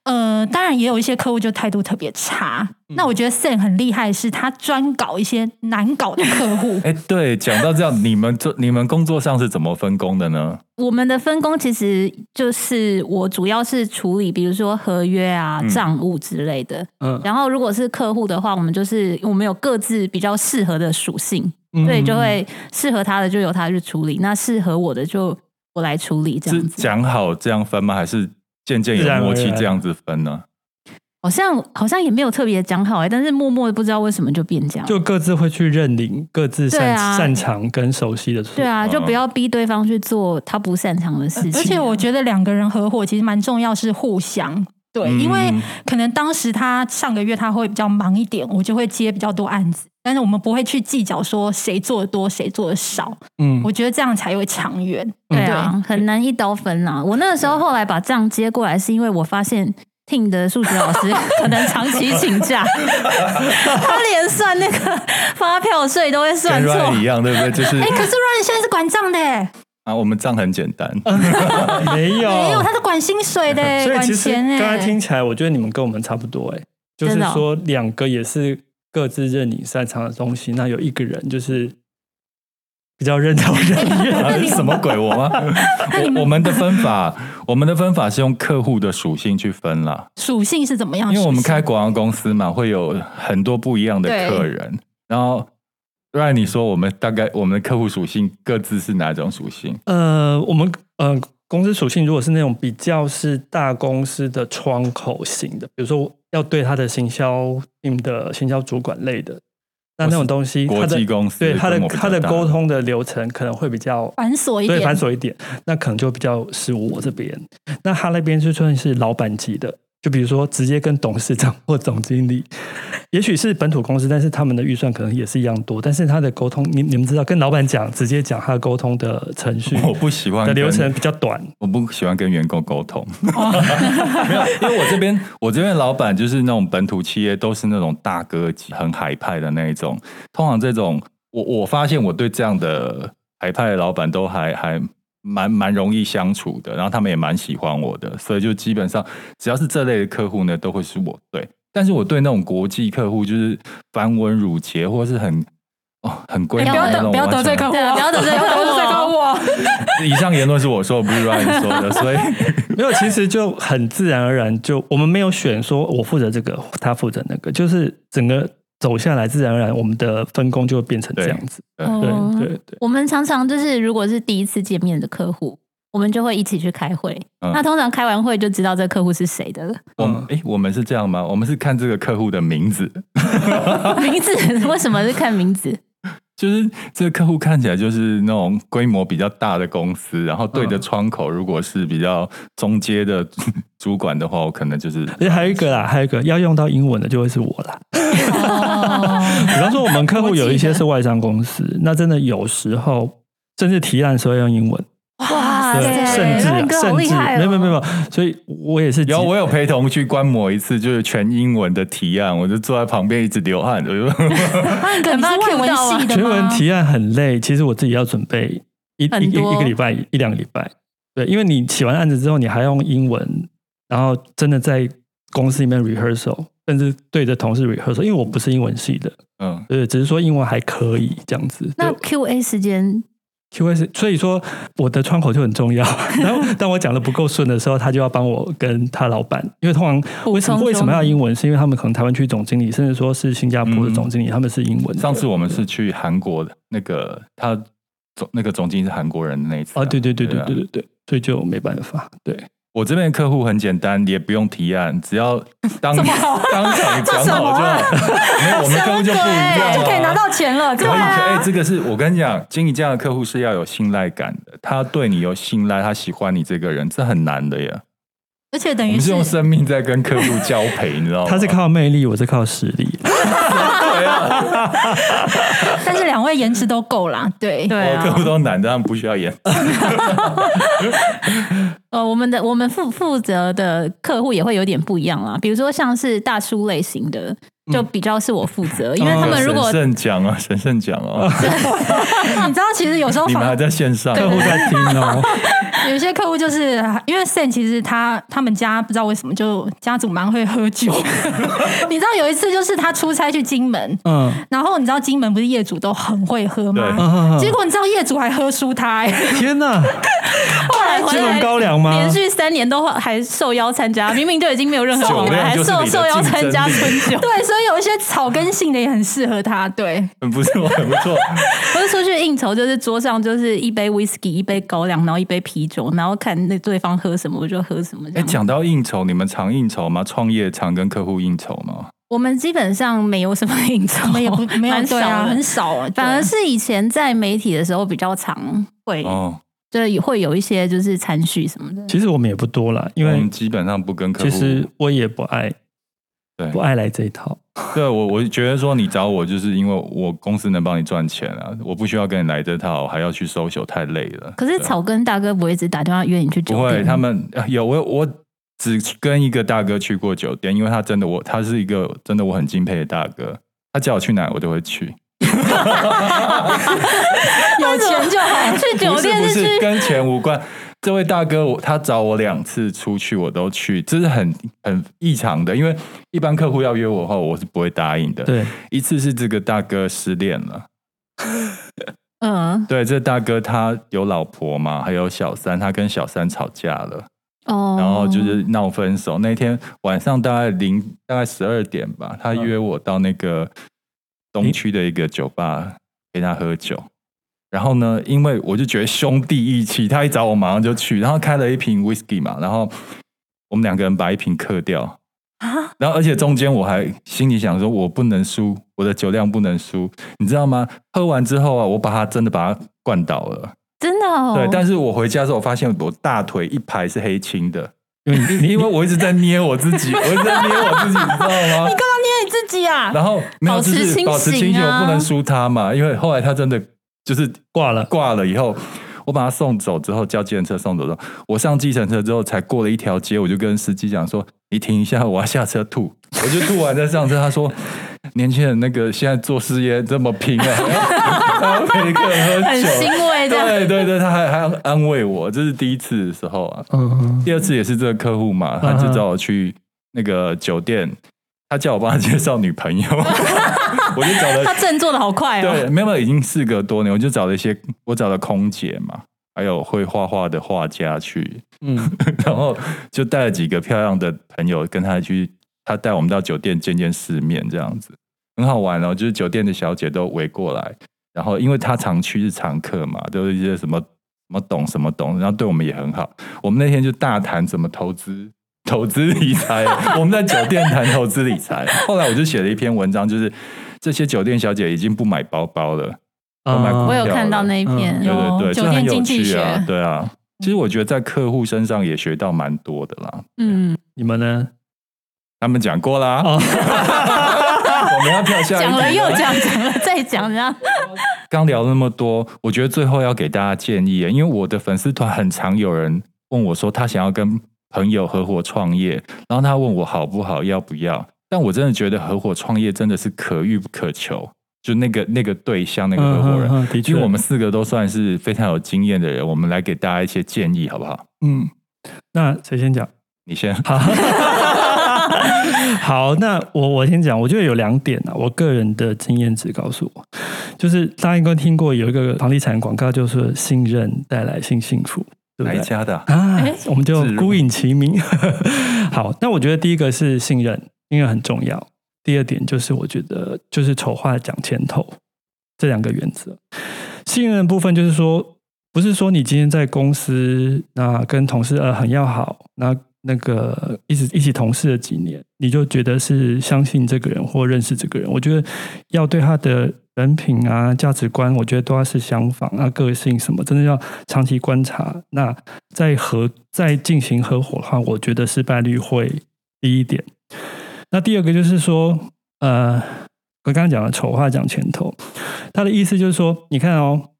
Speaker 2: 呃，当然也有一些客户就态度特别差。那我觉得 Sam 很厉害，是他专搞一些难搞的客户
Speaker 1: 哎，对，讲到这样，你们做你们工作上是怎么分工的呢？
Speaker 5: 我们的分工其实就是我主要是处理，比如说合约啊、
Speaker 1: 嗯
Speaker 5: 账务之类的。
Speaker 3: 嗯，
Speaker 5: 然后如果是客户的话，我们就是我们有各自比较适合的属性，
Speaker 1: 嗯
Speaker 3: 嗯
Speaker 5: 所以就会适合他的就由他去处理，那适合我的就我来处理这
Speaker 1: 是
Speaker 5: 样子。
Speaker 1: 讲好这样分吗？还是渐渐
Speaker 3: 自然
Speaker 1: 有
Speaker 3: 而
Speaker 1: 默契
Speaker 3: 然
Speaker 1: 这样子分呢？
Speaker 5: 好像好像也没有特别讲好哎、但是默默地不知道为什么就变这样。
Speaker 3: 就各自会去认领各自
Speaker 5: 对
Speaker 3: 擅、
Speaker 5: 啊
Speaker 3: 擅长跟熟悉的。
Speaker 5: 对，啊，
Speaker 1: 嗯
Speaker 5: 就不要逼对方去做他不擅长的事情啊、
Speaker 2: 而且我觉得两个人合伙其实蛮重要，是互相对，因为
Speaker 1: 嗯
Speaker 2: 可能当时他上个月他会比较忙一点，我就会接比较多案子，但是我们不会去计较说谁做的多谁做的少，
Speaker 3: 嗯，
Speaker 2: 我觉得这样才会长远。
Speaker 5: 对啊，很难一刀分啦。我那个时候后来把账接过来，是因为我发现 Ting 的数学老师 可能长期请假，他连算那个发票税都会算
Speaker 1: 跟
Speaker 5: 错。
Speaker 1: Ryan 一样，对不对？就是
Speaker 2: 哎、可是 Ryan 现在是管账的、欸，
Speaker 1: 啊，我们账很简单，
Speaker 3: 没有，
Speaker 2: 没哎有他是管薪水的、欸，
Speaker 3: 所以
Speaker 2: 管
Speaker 3: 其实
Speaker 2: 钱
Speaker 3: 刚
Speaker 2: 哎、
Speaker 3: 才听起来，我觉得你们跟我们差不多哎、就
Speaker 5: 真
Speaker 3: 是
Speaker 5: 的哦
Speaker 3: 说两个也是各自认你擅长的东西，那有一个人就是比较认头认 面。
Speaker 1: 啊、什么鬼我吗？我我们的分法，我们的分法是用客户的属性去分啦，
Speaker 2: 属性是怎么样？
Speaker 1: 因为我们开
Speaker 2: 哦属性
Speaker 1: 广告公司嘛，会有很多不一样的
Speaker 2: 对
Speaker 1: 客人，然后。让你说我们大概我们的客户属性各自是哪种属性？
Speaker 3: 呃，我们呃公司属性如果是那种比较是大公司的窗口型的，比如说要对他的行销 team 的行销主管类的，那那种东西，
Speaker 1: 国
Speaker 3: 它的
Speaker 1: 际公司
Speaker 3: 对他
Speaker 1: 规
Speaker 3: 的
Speaker 1: 模比较
Speaker 3: 他的
Speaker 1: 大
Speaker 3: 沟通的流程可能会比较
Speaker 2: 繁琐一
Speaker 3: 对，繁
Speaker 2: 点，
Speaker 3: 琐一点，那可能就比较是我这边。那他那边就算是老板级的，就比如说直接跟董事长或总经理， 也许是本土公司，但是他们的预算可能也是一样多，但是他的沟通，你你们知道，跟老板讲，直接讲他的沟通的程序
Speaker 1: 哦我不喜欢
Speaker 3: 的流
Speaker 1: 跟
Speaker 3: 程比较短。
Speaker 1: 我不喜欢跟员工沟通， 没有，因为我这边我这边老板就是那种本土企业，都是那种大哥级、很海派的那一种。通常这种，我我发现我对这样的海派的老板都还还蛮蛮容易相处的，然后他们也蛮喜欢我的，所以就基本上只要是这类的客户呢，都会是我对。但是我对那种国际客户，就是繁文缛节或是很哦很规
Speaker 5: 哎
Speaker 1: 范
Speaker 5: 不要
Speaker 1: 的那
Speaker 5: 得
Speaker 1: 种，
Speaker 5: 不
Speaker 1: 完全
Speaker 2: 户
Speaker 5: 对啊，不要得罪客户哦。
Speaker 2: 我。
Speaker 1: 以上言论是我说，不是 Ryan 说的， 所以。
Speaker 3: 没有，其实就很自然而然就我们没有选说我负责这个，他负责那个，就是整个走下来，自然而然我们的分工就会变成这样子。
Speaker 1: 对
Speaker 3: 对
Speaker 5: 哦
Speaker 3: 对对，
Speaker 5: 我们常常就是，如果是第一次见面的客户，我们就会一起去开会。
Speaker 1: 嗯
Speaker 5: 那通常开完会就知道这客户是谁的了，
Speaker 1: 我
Speaker 3: 嗯
Speaker 1: 们哎、我们是这样吗？我们是看这个客户的名字，
Speaker 5: 名字为什么是看名字？
Speaker 1: 就是这个客户看起来就是那种规模比较大的公司，然后对的窗口如果是比较中阶的主管的话，我可能就是
Speaker 3: 而且还有一个啦，还有一个要用到英文的就会是我啦。
Speaker 2: 哦，
Speaker 3: 比方说，我们客户有一些
Speaker 5: 我记
Speaker 3: 是外商公司，那真的有时候甚至提案的时候要用英文，
Speaker 2: 啊
Speaker 5: 哇
Speaker 3: 对，甚至、
Speaker 5: Ryan
Speaker 3: 啊、
Speaker 5: 哥好
Speaker 3: 甚
Speaker 5: 厉
Speaker 3: 至
Speaker 5: 害哦！
Speaker 3: 没有没有没有，所以我也是
Speaker 1: 有
Speaker 3: 急
Speaker 1: 我有陪同去观摩一次，就是全英文的提案，我就坐在旁边一直流汗，我 就
Speaker 2: 那你
Speaker 5: 怕
Speaker 2: 是外
Speaker 5: cue
Speaker 2: 文
Speaker 5: 到啊
Speaker 2: 系的
Speaker 3: 全文
Speaker 2: 吗？
Speaker 3: 提案很累，其实我自己要准备一一
Speaker 5: 很
Speaker 3: 一一
Speaker 5: 多
Speaker 3: 个礼拜一两个礼拜，对，因为你写完案子之后，你还用英文，然后真的在公司里面 rehearsal，甚至对着同事 rehearsal，因为我不是英文系的，
Speaker 1: 嗯，
Speaker 3: 对，只是说英文还可以这样子。
Speaker 5: 那
Speaker 3: 对
Speaker 5: Q&A 时间
Speaker 3: Q S，所以说我的窗口就很 重要。然后当我讲的不够顺的时候，他就要帮我跟他老板，因为通常为什
Speaker 5: 补充说
Speaker 3: 么
Speaker 5: 明
Speaker 3: 为什么要英文，是因为他们可能台湾区总经理，甚至说是新加
Speaker 5: 嗯
Speaker 3: 坡的总经理，他们是英文的。
Speaker 1: 上次我们是去韩国的那个他总那个总经理是韩国人的啊那一次
Speaker 3: 啊，对对对对
Speaker 1: 啊
Speaker 3: 对对对，所以就没办法。对，
Speaker 1: 我这边的客户很简单，也不用提案，只要当 当场讲
Speaker 4: 什么
Speaker 1: 好就
Speaker 4: 啊
Speaker 1: 好。 没有，我们客户就不一样、啊，
Speaker 4: 就可以拿到钱了，
Speaker 1: 可
Speaker 4: 对
Speaker 1: 以。
Speaker 4: 啊。
Speaker 1: 哎、这个是我跟你讲，经营这样的客户是要有信赖感的，他对你有信赖，他喜欢你这个人，这很难的呀。
Speaker 2: 而且等
Speaker 1: 我
Speaker 2: 于
Speaker 1: 们是
Speaker 2: 是
Speaker 1: 用 生命在跟客户交配，你知道吗？
Speaker 3: 他是靠魅力，我是靠实力。
Speaker 1: 啊
Speaker 2: 但是两位颜值都够啦，对。
Speaker 5: 对
Speaker 1: 我客
Speaker 5: 啊
Speaker 1: 户，都男的，他们不需要演。
Speaker 5: 呃，我们的我们负负责的客户也会有点不一样啦，比如说像是大叔类型的，就比较是我负责，因为他们如果
Speaker 1: 嗯哦神圣奖啊，神
Speaker 4: 哦
Speaker 1: 圣奖啊，
Speaker 2: 你知道，其实有时候
Speaker 1: 你们还
Speaker 2: 访
Speaker 1: 在线上，
Speaker 3: 客户在听哦，
Speaker 2: 有一些客户就是因为 Sam，其实他他们家不知道为什么就家族蛮会喝酒。 你知道有一次就是他出差去金门，
Speaker 3: 嗯，
Speaker 2: 然后你知道金门不是业主都很会喝
Speaker 1: 对嗯
Speaker 2: 吗？
Speaker 3: 啊
Speaker 2: 结果你知道业主还喝输他、 欸，
Speaker 3: 天哪，
Speaker 5: 后来回
Speaker 3: 基隆
Speaker 5: 来
Speaker 3: 高粱吗？
Speaker 5: 连续三年都还受邀参加，明明就已经没 有任何
Speaker 1: 酒
Speaker 5: 往来，
Speaker 1: 量
Speaker 5: 还
Speaker 1: 就是
Speaker 5: 受
Speaker 1: 你的
Speaker 5: 受邀
Speaker 1: 竞
Speaker 5: 参
Speaker 1: 争
Speaker 5: 加
Speaker 1: 力
Speaker 5: 春酒。
Speaker 2: 对，所以有一些草根性的也很适合他。对，
Speaker 1: 很不错，很不错。
Speaker 5: 不是出去应酬，就是桌上就是一杯 whisky，一杯高粱，然后一杯啤酒，然后看那对方喝什么，我就喝什么这
Speaker 1: 哎，
Speaker 5: 样。
Speaker 1: 讲到应酬，你们常应酬吗？创业常跟客户应酬吗？
Speaker 5: 我们基本上没有什么应酬，
Speaker 2: 我们也 不没有
Speaker 5: 蛮少
Speaker 2: 对啊，
Speaker 5: 的
Speaker 2: 很少啊，
Speaker 5: 反而
Speaker 2: 对
Speaker 5: 是以前在媒体的时候比较常会，
Speaker 1: 哦，
Speaker 5: 就是会有一些就是餐叙什么的。
Speaker 3: 其实我们也不多啦，因
Speaker 1: 我
Speaker 3: 为
Speaker 1: 们基本上不跟客户。
Speaker 3: 其实我也不爱，
Speaker 1: 对
Speaker 3: 不爱来这一套。
Speaker 1: 对我，我觉得说你找我，就是因为我公司能帮你赚钱啊，我不需要跟你来这套，我还要去搜 l 太累了。
Speaker 5: 可是
Speaker 1: 对啊
Speaker 5: 草根大哥不会一直打电话约你去酒
Speaker 1: 不会，
Speaker 5: 店，
Speaker 1: 他们 呃有我我只跟一个大哥去过酒店，因为他真的我他是一个真的我很敬佩的大哥，他叫我去哪我都会去。
Speaker 5: 有钱就好。去酒
Speaker 1: 不是
Speaker 5: 店
Speaker 1: 不
Speaker 5: 是
Speaker 1: 是
Speaker 5: 去
Speaker 1: 跟钱无关，这位大哥我他找我两次出去我都去，这是很很异常的，因为一般客户要约我的话，我是不会答应的。，
Speaker 3: 对，
Speaker 1: 一次是这个大哥失恋了。
Speaker 5: 嗯
Speaker 1: 对，这大哥他有老婆嘛，还有小三，他跟小三吵架了，
Speaker 5: 哦，
Speaker 1: 然后就是闹分手。那天晚上大概零大概十二点吧，他约我到那个东区的一个酒吧陪他喝酒。然后呢，因为我就觉得兄弟义气，他一找我马上就去，然后开了一瓶 whisky 嘛，然后我们两个人把一瓶喝掉。
Speaker 5: 啊，
Speaker 1: 然后，而且中间我还心里想说，我不能输，我的酒量不能输，你知道吗？喝完之后啊，我把他真的把他灌倒了。
Speaker 5: 真的哦，
Speaker 1: 对，但是我回家之后，我发现我大腿一排是黑青的，
Speaker 5: 嗯
Speaker 3: 因为你
Speaker 1: 因为我一直在捏我自己，我一直在捏我自己，你知道 吗？
Speaker 5: 那你自己啊，
Speaker 1: 然后没有，
Speaker 5: 保
Speaker 1: 就
Speaker 5: 持
Speaker 1: 是保持
Speaker 5: 清
Speaker 1: 清
Speaker 5: 醒
Speaker 1: 醒，
Speaker 5: 啊
Speaker 1: 我不能输他嘛，因为后来他真的就是
Speaker 3: 挂了，
Speaker 1: 挂了以后。我把他送走之后，叫计程车送走之后，我上计程车之后，才过了一条街，我就跟司机讲说：“你停一下，我要下车吐。” 我就吐完再上车。他说：“年轻人，那个现在做事业这么拼啊，还要 陪客人喝
Speaker 5: 很啊
Speaker 1: 酒，
Speaker 5: 欣慰这样。
Speaker 1: 对对对，他还还安慰我，这是第一次的时候啊。
Speaker 3: 嗯，
Speaker 1: 第二次也是这个客户嘛，他
Speaker 5: 嗯
Speaker 1: 就找我去那个酒店，他叫我帮他介绍女朋友， 我就找
Speaker 5: 他
Speaker 1: 了
Speaker 5: 振作的好
Speaker 2: 啊
Speaker 5: 快哦，
Speaker 1: 对，没有没有，已经事隔多年，我就找了一些，我找了空姐嘛，还有会画画的画家去，
Speaker 3: 嗯，
Speaker 1: 然后就带了几个漂亮的朋友跟他去，他带我们到酒店见见世面，这样子很好玩哦。就是酒店的小姐都围过来，然后因为他常去是常客嘛，都是一些什么什么懂什么懂，然后对我们也很好。我们那天就大谈怎么投资。投资理财，哦 我们在酒店谈投资理财。后来我就写了一篇文章，就是这些酒店小姐已经不买包包了，都买
Speaker 5: 我
Speaker 1: 过
Speaker 5: 有看到那一
Speaker 3: 嗯
Speaker 5: 篇，
Speaker 1: 对对对，
Speaker 2: 有
Speaker 1: 这很
Speaker 2: 酒
Speaker 1: 有
Speaker 2: 店经济
Speaker 1: 趣啊
Speaker 2: 学，
Speaker 1: 对啊。其实我觉得在客户身上也学到蛮多的啦，
Speaker 5: 嗯，
Speaker 3: 你们呢？
Speaker 1: 他们讲过啦。
Speaker 3: 哦
Speaker 1: 我们要跳下一
Speaker 5: 讲了
Speaker 1: 题
Speaker 5: 又讲，讲了再讲，然后
Speaker 1: 刚聊了那么多，我觉得最后要给大家建议，因为我的粉丝团很常有人问我说，他想要跟朋友合伙创业，然后他问我好不好，要不要？但我真的觉得合伙创业真的是可遇不可求，就那个那个对象那个合伙人，
Speaker 3: 嗯嗯嗯的确
Speaker 1: 因为我们四个都算是非常有经验的人，我们来给大家一些建议，好不好？
Speaker 3: 嗯，那谁先讲？
Speaker 1: 你先，
Speaker 3: 好， 好，那我我先讲，我觉得有两点啊，我个人的经验值告诉我，就是大家应该听过有一个房地产广告，就是说信任带来新幸福，对
Speaker 1: 哪
Speaker 3: 不
Speaker 1: 一
Speaker 3: 对？
Speaker 1: 家的啊？
Speaker 3: 啊
Speaker 5: 哎，
Speaker 3: 我们就
Speaker 1: 自如
Speaker 3: 孤影其名。 好，那我觉得第一个是信任，信任很重要。第二点就是我觉得就是丑话讲前头，这两个原则。信任的部分就是说，不是说你今天在公司那跟同事呃很要好，那那个一直一起同事了几年，你就觉得是相信这个人或认识这个人。我觉得要对他的人品啊、价值观，我觉得都要是相仿啊，个性什么，真的要长期观察。那在合在进行合伙的话，我觉得失败率会低一点。那第二个就是说，呃，我刚刚讲的丑话讲前头，他的意思就是说，你看哦，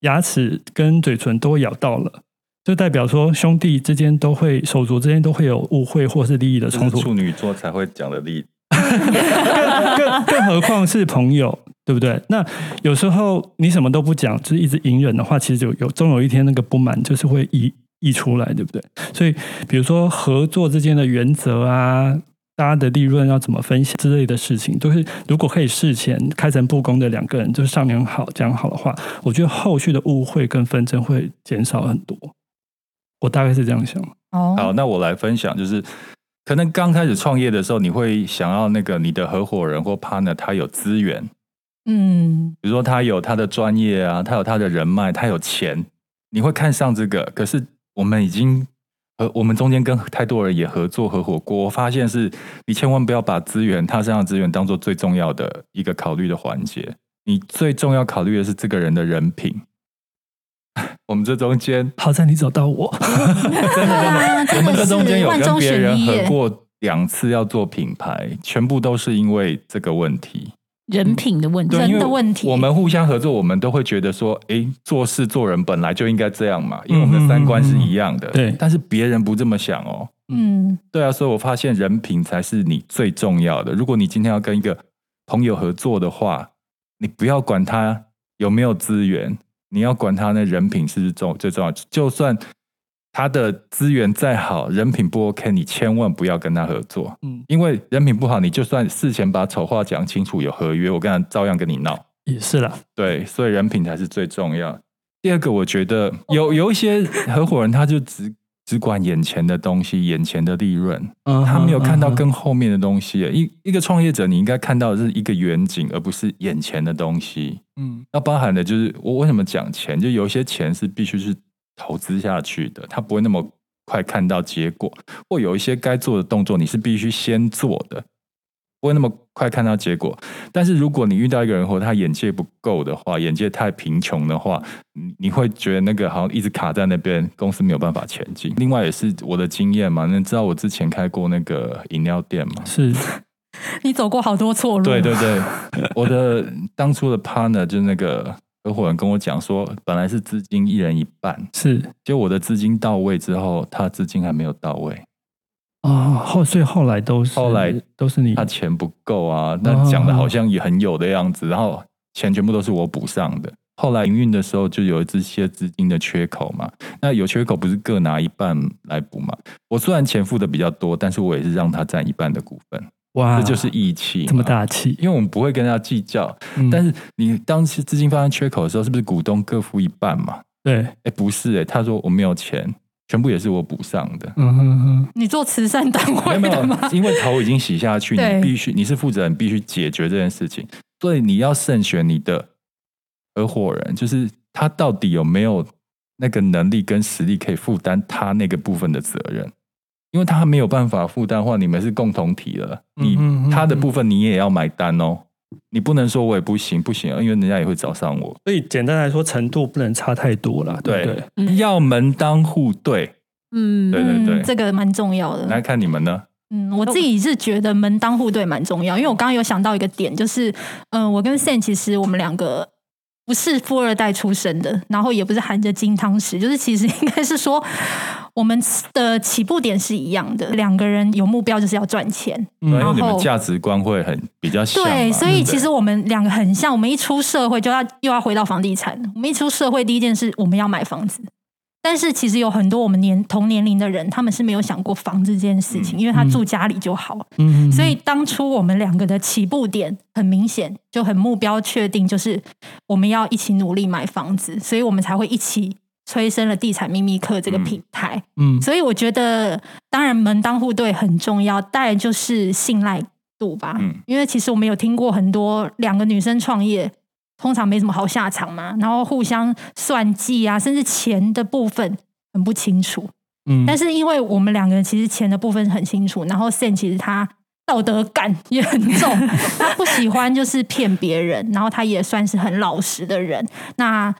Speaker 3: 牙齿跟嘴唇都会咬到了。就代表说，兄弟之间都会手足之间都会有误会或是利益的
Speaker 1: 这是
Speaker 3: 冲突，
Speaker 1: 嗯处女座才会讲的例子，
Speaker 3: 更更更何况是朋友，对不对？那有时候你什么都不讲，就是一直隐忍的话，其实有有终有一天那个不满就是会溢溢出来，对不对？所以，比如说合作之间的原则啊，大家的利润要怎么分享之类的事情，都、是如果可以事前开诚布公的两个人就是商量好讲好的话，我觉得后续的误会跟纷争会减少很多。我大概是这样想。
Speaker 1: 好，
Speaker 2: 哦，
Speaker 1: 那我来分享，就是可能刚开始创业的时候，你会想要那个你的合伙人或 partner 他有资源，
Speaker 2: 嗯，
Speaker 1: 比如说他有他的专业啊，他有他的人脉，他有钱，你会看上这个。可是我们已经和我们中间跟太多人也合作合伙过，我发现是你千万不要把资源他身上的资源当做最重要的一个考虑的环节，你最重要考虑的是这个人的人品。 我们这中间
Speaker 3: 好在你找到我，
Speaker 2: 对啊，
Speaker 1: 我
Speaker 2: 真
Speaker 1: 们这
Speaker 2: 的
Speaker 1: 中间
Speaker 2: 是
Speaker 1: 有
Speaker 2: 万
Speaker 1: 跟
Speaker 2: 中
Speaker 1: 别
Speaker 2: 选
Speaker 1: 人
Speaker 2: 一
Speaker 1: 合
Speaker 2: 耶，
Speaker 1: 过两次要做品牌，全部都是因为这个问题。
Speaker 5: 人品的问题。
Speaker 1: 对，
Speaker 2: 人
Speaker 1: 因
Speaker 2: 的
Speaker 1: 为
Speaker 2: 问题
Speaker 1: 我们互相合作，我们都会觉得说，诶，做事做人本来就应该这样嘛，因为我们的三观是一样的。
Speaker 3: 嗯嗯嗯嗯对
Speaker 1: 但是别人不这么想哦。
Speaker 2: 嗯，
Speaker 1: 对啊，所以我发现人品才是你最重要的。如果你今天要跟一个朋友合作的话，你不要管他有没有资源，你要管他那人品是不是重最重要。就算他的资源再好，人品不 OK，你千万不要跟他合作。
Speaker 3: 嗯
Speaker 1: 嗯，因为人品不好，你就算事前把丑话讲清楚，有合约，我跟他照样跟你闹。
Speaker 3: 也是啦。
Speaker 1: 对，所以人品才是最重要。第二个，我觉得有有一些合伙人，他就只只管眼前的东西，眼前的利润，
Speaker 3: 嗯
Speaker 1: 他
Speaker 3: 哼
Speaker 1: 没有看到
Speaker 3: 嗯哼
Speaker 1: 更后面的东西。一一个创业者，你应该看到的是一个远景，而不是眼前的东西。
Speaker 3: 嗯
Speaker 1: 那包含的就是我为什么讲钱，就有一些钱是必须是投资下去的，他不会那么快看到结果，或有一些该做的动作你是必须先做的，不会那么快看到结果。但是如果你遇到一个人或他眼界不够的话，眼界太贫穷的话，你你会觉得那个好像一直卡在那边，公司没有办法前进。另外也是我的经验嘛，那你知道我之前开过那个饮料店嘛，
Speaker 3: 是
Speaker 2: 你走过好多错路，
Speaker 1: 对对对，我的当初的 partner 就是那个合伙人跟我讲说，本来是资金一人一半，
Speaker 3: 是
Speaker 1: 结果我的资金到位之后，他资金还没有到位，
Speaker 3: 哦，后所以后来都是
Speaker 1: 后来
Speaker 3: 都是你
Speaker 1: 他钱不够
Speaker 3: 哦
Speaker 1: 啊，那讲的好像也很有的样子，然后钱全部都是我补上的。后来营运的时候就有这些资金的缺口嘛，那有缺口不是各拿一半来补嘛？我虽然钱付的比较多，但是我也是让他占一半的股份，
Speaker 3: 哇，
Speaker 1: 这就是义气。
Speaker 3: 啊这么，大气，
Speaker 1: 因为我们不会跟他计较，
Speaker 3: 嗯
Speaker 1: 但是你当时资金发生缺口的时候，是不是股东各付一半嘛？
Speaker 3: 对，
Speaker 1: 哎，不是哎、他说我没有钱，全部也是我补上的。
Speaker 3: 嗯哼哼，
Speaker 2: 你做慈善单位
Speaker 1: 没
Speaker 2: 的
Speaker 1: 有没
Speaker 2: 吗？
Speaker 1: 有，因为头已经洗下去，
Speaker 2: 对
Speaker 1: 你必须你是负责人，必须解决这件事情，所以你要慎选你的合伙人，就是他到底有没有那个能力跟实力可以负担他那个部分的责任。因为他没有办法负担的话，你们是共同体了，你
Speaker 3: 嗯嗯嗯
Speaker 1: 他的部分你也要买单哦，你不能说我也不行不行，因为人家也会找上我。
Speaker 3: 所以简单来说，程度不能差太多啦，对不对
Speaker 1: 对？要门当户对。
Speaker 5: 嗯，
Speaker 1: 对对对，
Speaker 2: 这个蛮重要的。
Speaker 1: 来看你们呢？
Speaker 2: 嗯，我自己是觉得门当户对蛮重要，因为我刚刚有想到一个点，就是，嗯、我跟 Sam 其实我们两个不是富二代出身的，然后也不是含着金汤匙，就是其实应该是说我们的起步点是一样的，两个人有目标就是要赚钱，
Speaker 1: 因
Speaker 2: 嗯然
Speaker 1: 为
Speaker 2: 后
Speaker 1: 你们价值观会很比较像嘛，嗯
Speaker 2: 对，所以
Speaker 1: 不
Speaker 2: 其实我们两个很像，我们一出社会就要又要回到房地产。我们一出社会，第一件事我们要买房子，但是其实有很多我们年同年龄的人，他们是没有想过房子这件事
Speaker 1: 嗯
Speaker 2: 情，因为他住家里就好。
Speaker 3: 嗯
Speaker 2: 所以当初我们两个的起步点很明显，就很目标确定，就是我们要一起努力买房子，所以我们才会一起催生了地产秘密课这个
Speaker 1: 嗯
Speaker 2: 品牌。
Speaker 3: 嗯
Speaker 2: 所以我觉得，当然门当户对很重要，当然就是信赖度吧。
Speaker 1: 嗯
Speaker 2: 因为其实我们有听过很多两个女生创业，通常没什么好下场嘛，然后互相算计啊，甚至钱的部分很不清楚。
Speaker 3: 嗯
Speaker 2: 但是因为我们两个人其实钱的部分很清楚，然后 Sam 其实他道德感也很 重，他不喜欢就是骗别人，然后他也算是很老实的人。那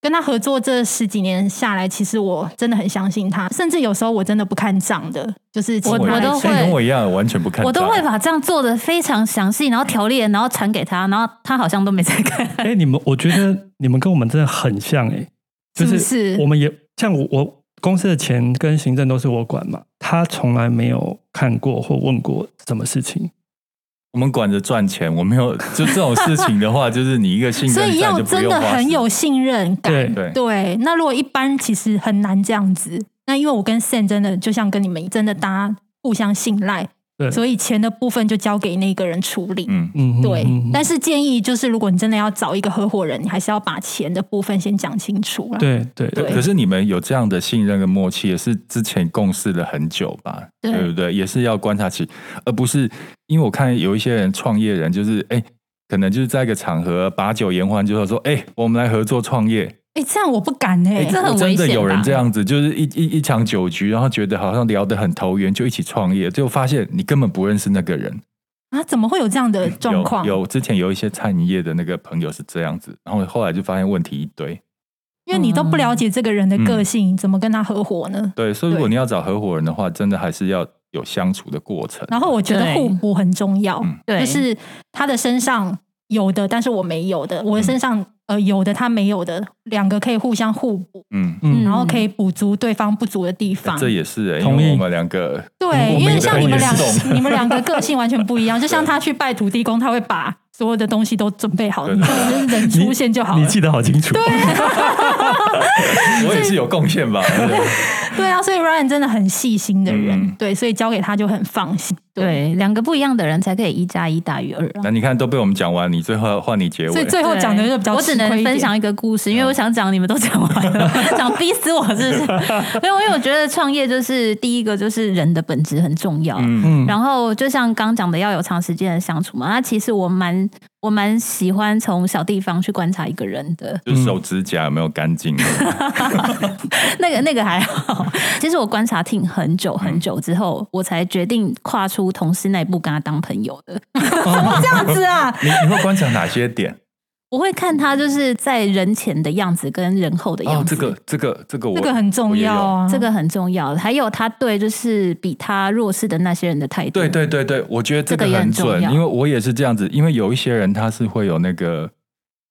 Speaker 2: 跟他合作这十几年下来，其实我真的很相信他，甚至有时候我真的不看账的，就是请
Speaker 5: 我
Speaker 2: 他
Speaker 5: 我都
Speaker 2: 来
Speaker 5: 会
Speaker 1: 所以跟我一样，完全不看账，
Speaker 5: 我都会把这样做的非常详细，然后条列，然后传给他，然后他好像都没在看。
Speaker 3: 哎、你们，我觉得你们跟我们真的很像哎、就是
Speaker 2: 不是
Speaker 3: 我们也像我，我公司的钱跟行政都是我管嘛，他从来没有看过或问过什么事情，
Speaker 1: 我们管着赚钱，我没有就这种事情的 话，就是你一个信任
Speaker 2: 所
Speaker 1: 在
Speaker 2: 以
Speaker 1: 就不
Speaker 2: 要
Speaker 1: 用
Speaker 2: 真的
Speaker 1: 花
Speaker 2: 很
Speaker 1: 时
Speaker 2: 有信任感。
Speaker 3: 对
Speaker 1: 对
Speaker 2: 对，那如果一般其实很难这样子。那因为我跟 Sam 真的就像跟你们真的大家互相信赖，
Speaker 3: 对
Speaker 2: 所以钱的部分就交给那个人处理。
Speaker 1: 嗯，
Speaker 3: 嗯哼
Speaker 2: 对，
Speaker 3: 嗯哼
Speaker 2: 但是建议就是，如果你真的要找一个合伙人，你还是要把钱的部分先讲清楚啦。
Speaker 3: 对对对
Speaker 2: 对
Speaker 1: 可是你们有这样的信任跟默契，也是之前共事了很久吧？
Speaker 2: 对
Speaker 1: 不对？也是要观察期，而不是因为我看有一些人创业人，就是哎，可能就是在一个场合把酒言欢，就是说哎，我们来合作创业。
Speaker 2: 哎，这样我不敢哎、
Speaker 1: 哎，
Speaker 5: 这很危
Speaker 1: 真的有
Speaker 5: 险
Speaker 1: 人
Speaker 5: 吧
Speaker 1: 这样子，就是一一一场酒局，然后觉得好像聊得很投缘，就一起创业，就发现你根本不认识那个人。
Speaker 2: 啊，怎么会有这样的状况？
Speaker 1: 有有之前有一些餐饮业的那个朋友是这样子，然后后来就发现问题一堆。
Speaker 2: 因为你都不了解这个人的
Speaker 3: 嗯
Speaker 2: 个性，怎么跟他合伙呢？
Speaker 1: 对，所以如果
Speaker 2: 对
Speaker 1: 你要找合伙人的话，真的还是要有相处的过程。
Speaker 2: 然后我觉得
Speaker 5: 对
Speaker 2: 互补很重要
Speaker 1: 嗯，
Speaker 5: 对
Speaker 2: 就是他的身上有的，但是我没有
Speaker 1: 嗯
Speaker 2: 的；我的身上、呃有的，他没有的，两个可以互相互补，
Speaker 1: 嗯，
Speaker 3: 嗯
Speaker 2: 然后可以补足对方不足的地方。
Speaker 1: 这也是、欸，因
Speaker 3: 同意
Speaker 1: 为我们两 个
Speaker 2: 对，
Speaker 1: 我
Speaker 2: 因
Speaker 1: 们
Speaker 2: 为
Speaker 1: 也
Speaker 2: 像你们两
Speaker 1: 同意这
Speaker 2: 个，
Speaker 1: 种
Speaker 2: 你们两个个性完全不一样。就像他去拜土地公，他会把所有的东西都准备好，
Speaker 1: 对
Speaker 2: 你就是人
Speaker 3: 你
Speaker 2: 出现就好
Speaker 3: 你
Speaker 2: 了。
Speaker 3: 记得好清楚。啊
Speaker 1: 我也是有贡献 吧。
Speaker 2: 对啊，所以 Ryan 真的很细心的人，
Speaker 1: 嗯
Speaker 2: 对，所以交给他就很放心。
Speaker 5: 对，两个不一样的人才可以一加一大于二啊。
Speaker 1: 那你看都被我们讲完，你最后换你结
Speaker 2: 所以
Speaker 1: 尾。
Speaker 2: 最后讲的就比较
Speaker 5: 我只
Speaker 2: 吃亏
Speaker 5: 能
Speaker 2: 一点
Speaker 5: 分享一个故事，因为我想讲你们都讲完 了，想逼死我是不是？没有，因为我觉得创业就是第一个就是人的本质很重要，
Speaker 1: 嗯，
Speaker 3: 嗯，
Speaker 5: 然后就像刚讲的要有长时间的相处嘛。那其实我蛮我蛮喜欢从小地方去观察一个人的，
Speaker 1: 就是手指甲有没有干净？
Speaker 2: 嗯
Speaker 5: 那个那个还好。其实我观察挺很久很久之后，我才决定跨出同事那一步，跟他当朋友的。
Speaker 2: 这样子啊，
Speaker 1: 你你会观察哪些 点？
Speaker 5: 我会看他就是在人前的样子跟人后的
Speaker 1: 哦
Speaker 5: 样，子，
Speaker 1: 这个这个这个我
Speaker 2: 这个很重要
Speaker 1: 我也有
Speaker 2: 啊。
Speaker 5: 这个很重要。还有他对就是比他弱势的那些人的态度，
Speaker 1: 对对对对，我觉得这
Speaker 5: 这个也
Speaker 1: 很
Speaker 5: 很重
Speaker 1: 准，
Speaker 5: 要
Speaker 1: 因为我也是这样子，因为有一些人他是会有那个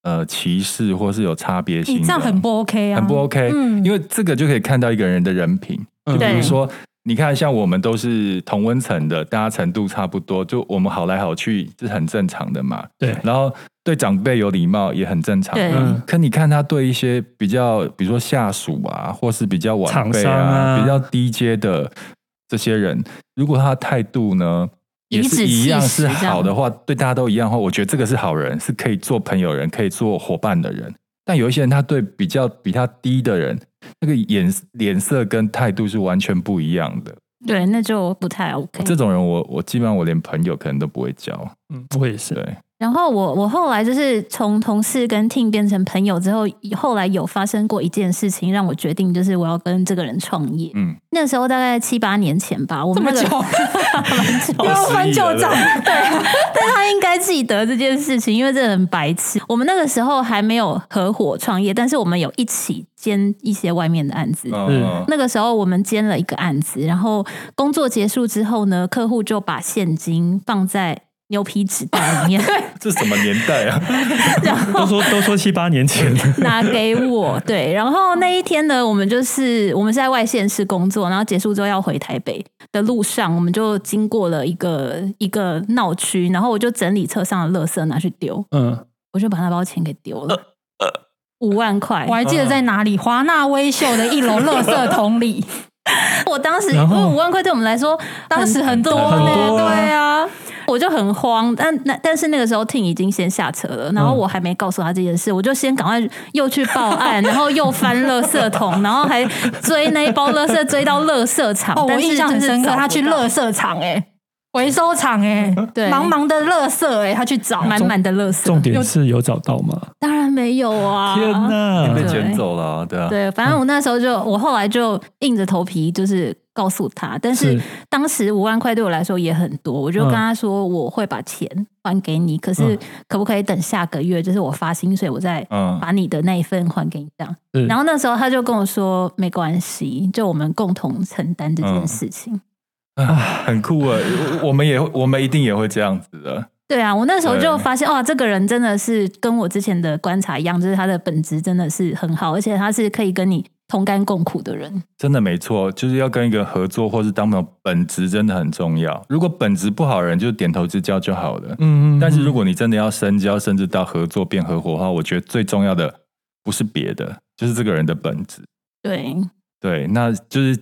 Speaker 1: 呃歧视或是有差别
Speaker 2: 你
Speaker 1: 心的，
Speaker 2: 这样很不 OK 啊，
Speaker 1: 很不 OK，、
Speaker 2: 嗯
Speaker 1: 因为这个就可以看到一个人的人品。
Speaker 3: 嗯
Speaker 1: 比
Speaker 5: 对
Speaker 1: 如说，你看，像我们都是同温层的，大家程度差不多，就我们好来好去，这是很正常的嘛。
Speaker 3: 对
Speaker 1: 然后对长辈有礼貌也很正常。
Speaker 5: 对
Speaker 3: 嗯
Speaker 1: 可你看他对一些比较，比如说下属啊，或是比较晚
Speaker 3: 厂
Speaker 1: 辈
Speaker 3: 商啊
Speaker 1: 比较低阶的这些人，如果他的态度呢？也
Speaker 5: 颐
Speaker 1: 是
Speaker 5: 指
Speaker 1: 一
Speaker 5: 气
Speaker 1: 样
Speaker 5: 使
Speaker 1: 是
Speaker 5: 这样
Speaker 1: 好的话，对大家都一样的话，我觉得这个是好人，是可以做朋友人，可以做伙伴的人。但有一些人，他对比较比他低的人，那个眼脸色跟态度是完全不一样的。
Speaker 5: 对，那就不太 OK。
Speaker 1: 哦这种人我，我基本上我连朋友可能都不会交。
Speaker 3: 嗯我也是。
Speaker 1: 对，
Speaker 5: 然后我我后来就是从同事跟 team 变成朋友之后，后来有发生过一件事情，让我决定就是我要跟这个人创业。
Speaker 1: 嗯，
Speaker 5: 那时候大概七八年前吧，我
Speaker 2: 这
Speaker 5: 们
Speaker 2: 么
Speaker 5: 那个
Speaker 2: 久，
Speaker 5: 久
Speaker 2: 要翻旧账，
Speaker 5: 但他应该记得这件事情，因为这很白痴。我们那个时候还没有合伙创业，但是我们有一起兼一些外面的案子。
Speaker 1: 嗯，
Speaker 5: 那个时候我们兼了一个案子，然后工作结束之后呢，客户就把现金放在牛皮纸袋里面，
Speaker 1: 这什么年代啊？
Speaker 5: 然后
Speaker 3: 都说都说七八年前，
Speaker 5: 拿给我，对。然后那一天呢，我们就是我们是在外县市工作，然后结束之后要回台北的路上，我们就经过了一个一个闹区，然后我就整理车上的垃圾拿去丢，
Speaker 3: 嗯，
Speaker 5: 我就把那包钱给丢了，五万块
Speaker 2: 我。还记得在哪里，华纳威秀的一楼垃圾桶里，
Speaker 5: 我当时
Speaker 3: 然
Speaker 5: 因
Speaker 3: 后
Speaker 5: 为五万块对我们来说，
Speaker 2: 当时很多
Speaker 3: 很
Speaker 2: 呢，
Speaker 3: 多啊
Speaker 2: 对啊，
Speaker 5: 我就很慌，但那但是那个时候 Ting 已经先下车了，然后
Speaker 3: 嗯
Speaker 5: 我还没告诉他这件事，我就先赶快又去报 案，然后又翻垃圾桶，然后还追那一包垃圾追到垃圾场。
Speaker 2: 哦，我
Speaker 5: 但是
Speaker 2: 印象很
Speaker 5: 就是
Speaker 2: 深刻，
Speaker 5: 找不
Speaker 2: 他去
Speaker 5: 到
Speaker 2: 垃圾场哎、回收场哎、
Speaker 5: 对
Speaker 2: 茫茫的垃圾哎、他去找，
Speaker 5: 满满的垃圾，
Speaker 3: 重点是有找到吗？
Speaker 5: 当然没有啊！
Speaker 3: 天
Speaker 1: 被
Speaker 3: 哪！
Speaker 1: 捡走了、啊，对啊。
Speaker 5: 对，反正我那时候就，我后来就硬着头皮就是告诉他，但是
Speaker 3: 是
Speaker 5: 当时五万块对我来说也很多，我就
Speaker 1: 嗯
Speaker 5: 跟他说我会把钱还给你，可是
Speaker 3: 嗯
Speaker 5: 可不可以等下个月，就是我发薪水，我再
Speaker 1: 嗯
Speaker 5: 把你的那一份还给你这样。
Speaker 3: 是
Speaker 5: 然后那时候他就跟我说没关系，就我们共同承担这
Speaker 1: 嗯
Speaker 5: 件事情。
Speaker 1: 很酷啊！我我们也会，我们一定也会这样子的。
Speaker 5: 对啊，我那时候就
Speaker 1: 对
Speaker 5: 发现，哇，这个人真的是跟我之前的观察一样，就是他的本质真的是很好，而且他是可以跟你同甘共苦的人。
Speaker 1: 真的没错，就是要跟一个合作或是当朋友，本质真的很重要。如果本质不好的人，就点头之交就好了。
Speaker 3: 嗯
Speaker 1: 但是如果你真的要深交，甚至到合作变合伙的话，我觉得最重要的不是别的，就是这个人的本质。
Speaker 5: 对，
Speaker 1: 对，那就是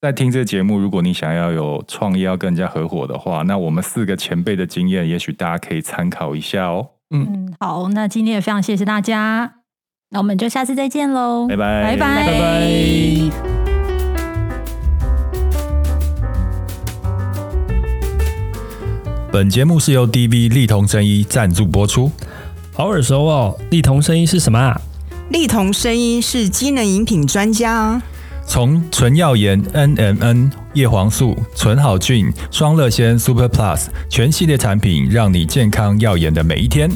Speaker 1: 在听这个节目，如果你想要有创业要跟人家合伙的话，那我们四个前辈的经验，也许大家可以参考一下哦。
Speaker 2: 嗯，好，那今天也非常谢谢大家，
Speaker 5: 那我们就下次再见喽，
Speaker 1: 拜拜，
Speaker 2: 拜拜
Speaker 3: 拜拜。
Speaker 1: 本节目是由 DV 力同真一赞助播出。
Speaker 3: 好耳熟哦，力同声音是什么啊？
Speaker 4: 力同声音是机能饮品专家啊。
Speaker 1: 从纯耀颜 NMN、叶黄素、纯好菌、双乐仙 Super Plus 全系列产品，让你健康耀眼的每一天。